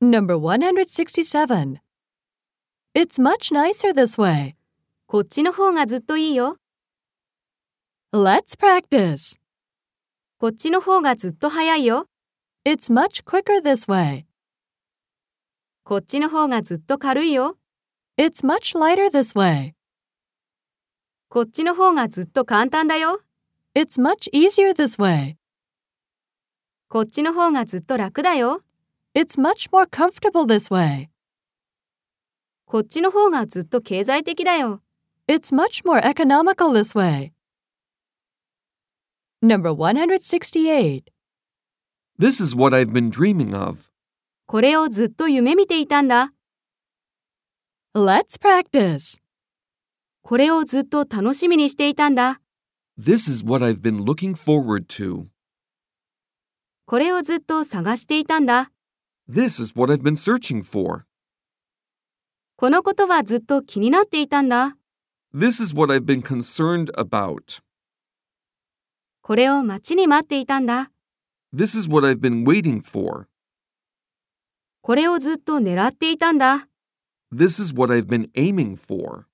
Number 167. It's much nicer this way. こっちの方がずっといいよ。 Let's practice. こっちの方がずっと早いよ。 It's much quicker this way. こっちの方がずっと軽いよ。 It's much lighter this way. こっちの方がずっと簡単だよ。 It's much easier this way. こっちの方がずっと楽だよ。 It's much more comfortable this way. こっちの方がずっと経済的だよ。 It's much more economical this way. Number 168. This is what I've been dreaming of. これをずっと夢見ていたんだ。 Let's practice. これをずっと楽しみにしていたんだ。 This is what I've been looking forward to. これをずっと探していたんだ。 This is what I've been searching for. このことはずっと気になっていたんだ。 This is what I've been concerned about. これを待ちに待っていたんだ。 This is what I've been waiting for. これをずっと狙っていたんだ。 This is what I've been aiming for.